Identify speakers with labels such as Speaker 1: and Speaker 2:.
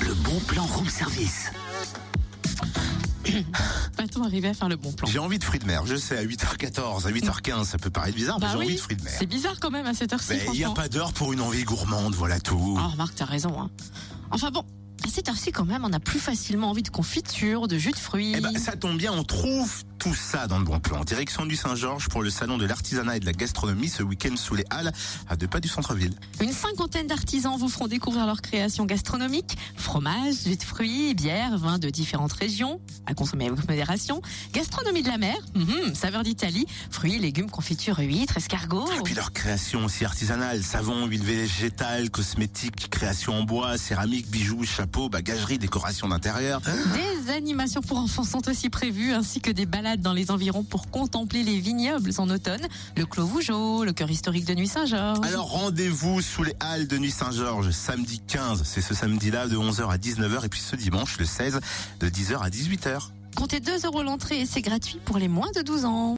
Speaker 1: Le bon plan room service.
Speaker 2: Pas-t-on arriver à faire le bon plan
Speaker 3: J'ai envie de fruits de mer, je sais, à 8h14, à 8h15, ça peut paraître bizarre, mais
Speaker 2: Bah
Speaker 3: j'ai
Speaker 2: oui,
Speaker 3: envie de fruits de mer.
Speaker 2: C'est bizarre quand même à cette heure-ci.
Speaker 3: Mais il n'y Ben, a
Speaker 2: franchement.
Speaker 3: pas d'heure pour une envie gourmande, voilà tout.
Speaker 2: Ah, remarque, t'as raison. Hein. Enfin bon, à cette heure-ci quand même, on a plus facilement envie de confiture, de jus de fruits.
Speaker 3: Eh ben, ça tombe bien, on trouve tout ça dans le bon plan. Direction du Saint-Georges pour le salon de l'artisanat et de la gastronomie ce week-end sous les Halles, à deux pas du centre-ville.
Speaker 2: Une cinquantaine d'artisans vous feront découvrir leurs créations gastronomiques. Fromage, jus de fruits, bières, vins de différentes régions, à consommer avec modération. Gastronomie de la mer, hum, saveur saveurs d'Italie, fruits, légumes, confitures, huîtres, escargots.
Speaker 3: Et puis leurs créations aussi artisanales, savon, huile végétale, cosmétiques, créations en bois, céramique, bijoux, chapeaux, bagagerie, décoration d'intérieur.
Speaker 2: Des animations pour enfants sont aussi prévues, ainsi que des balades dans les environs pour contempler les vignobles en automne, le Clos Vougeot, le cœur historique de Nuit Saint-Georges.
Speaker 3: Alors rendez-vous sous les halles de Nuit Saint-Georges samedi 15, c'est ce samedi-là de 11h à 19h et puis ce dimanche le 16 de 10h à 18h.
Speaker 2: Comptez 2 euros l'entrée et c'est gratuit pour les moins de 12 ans.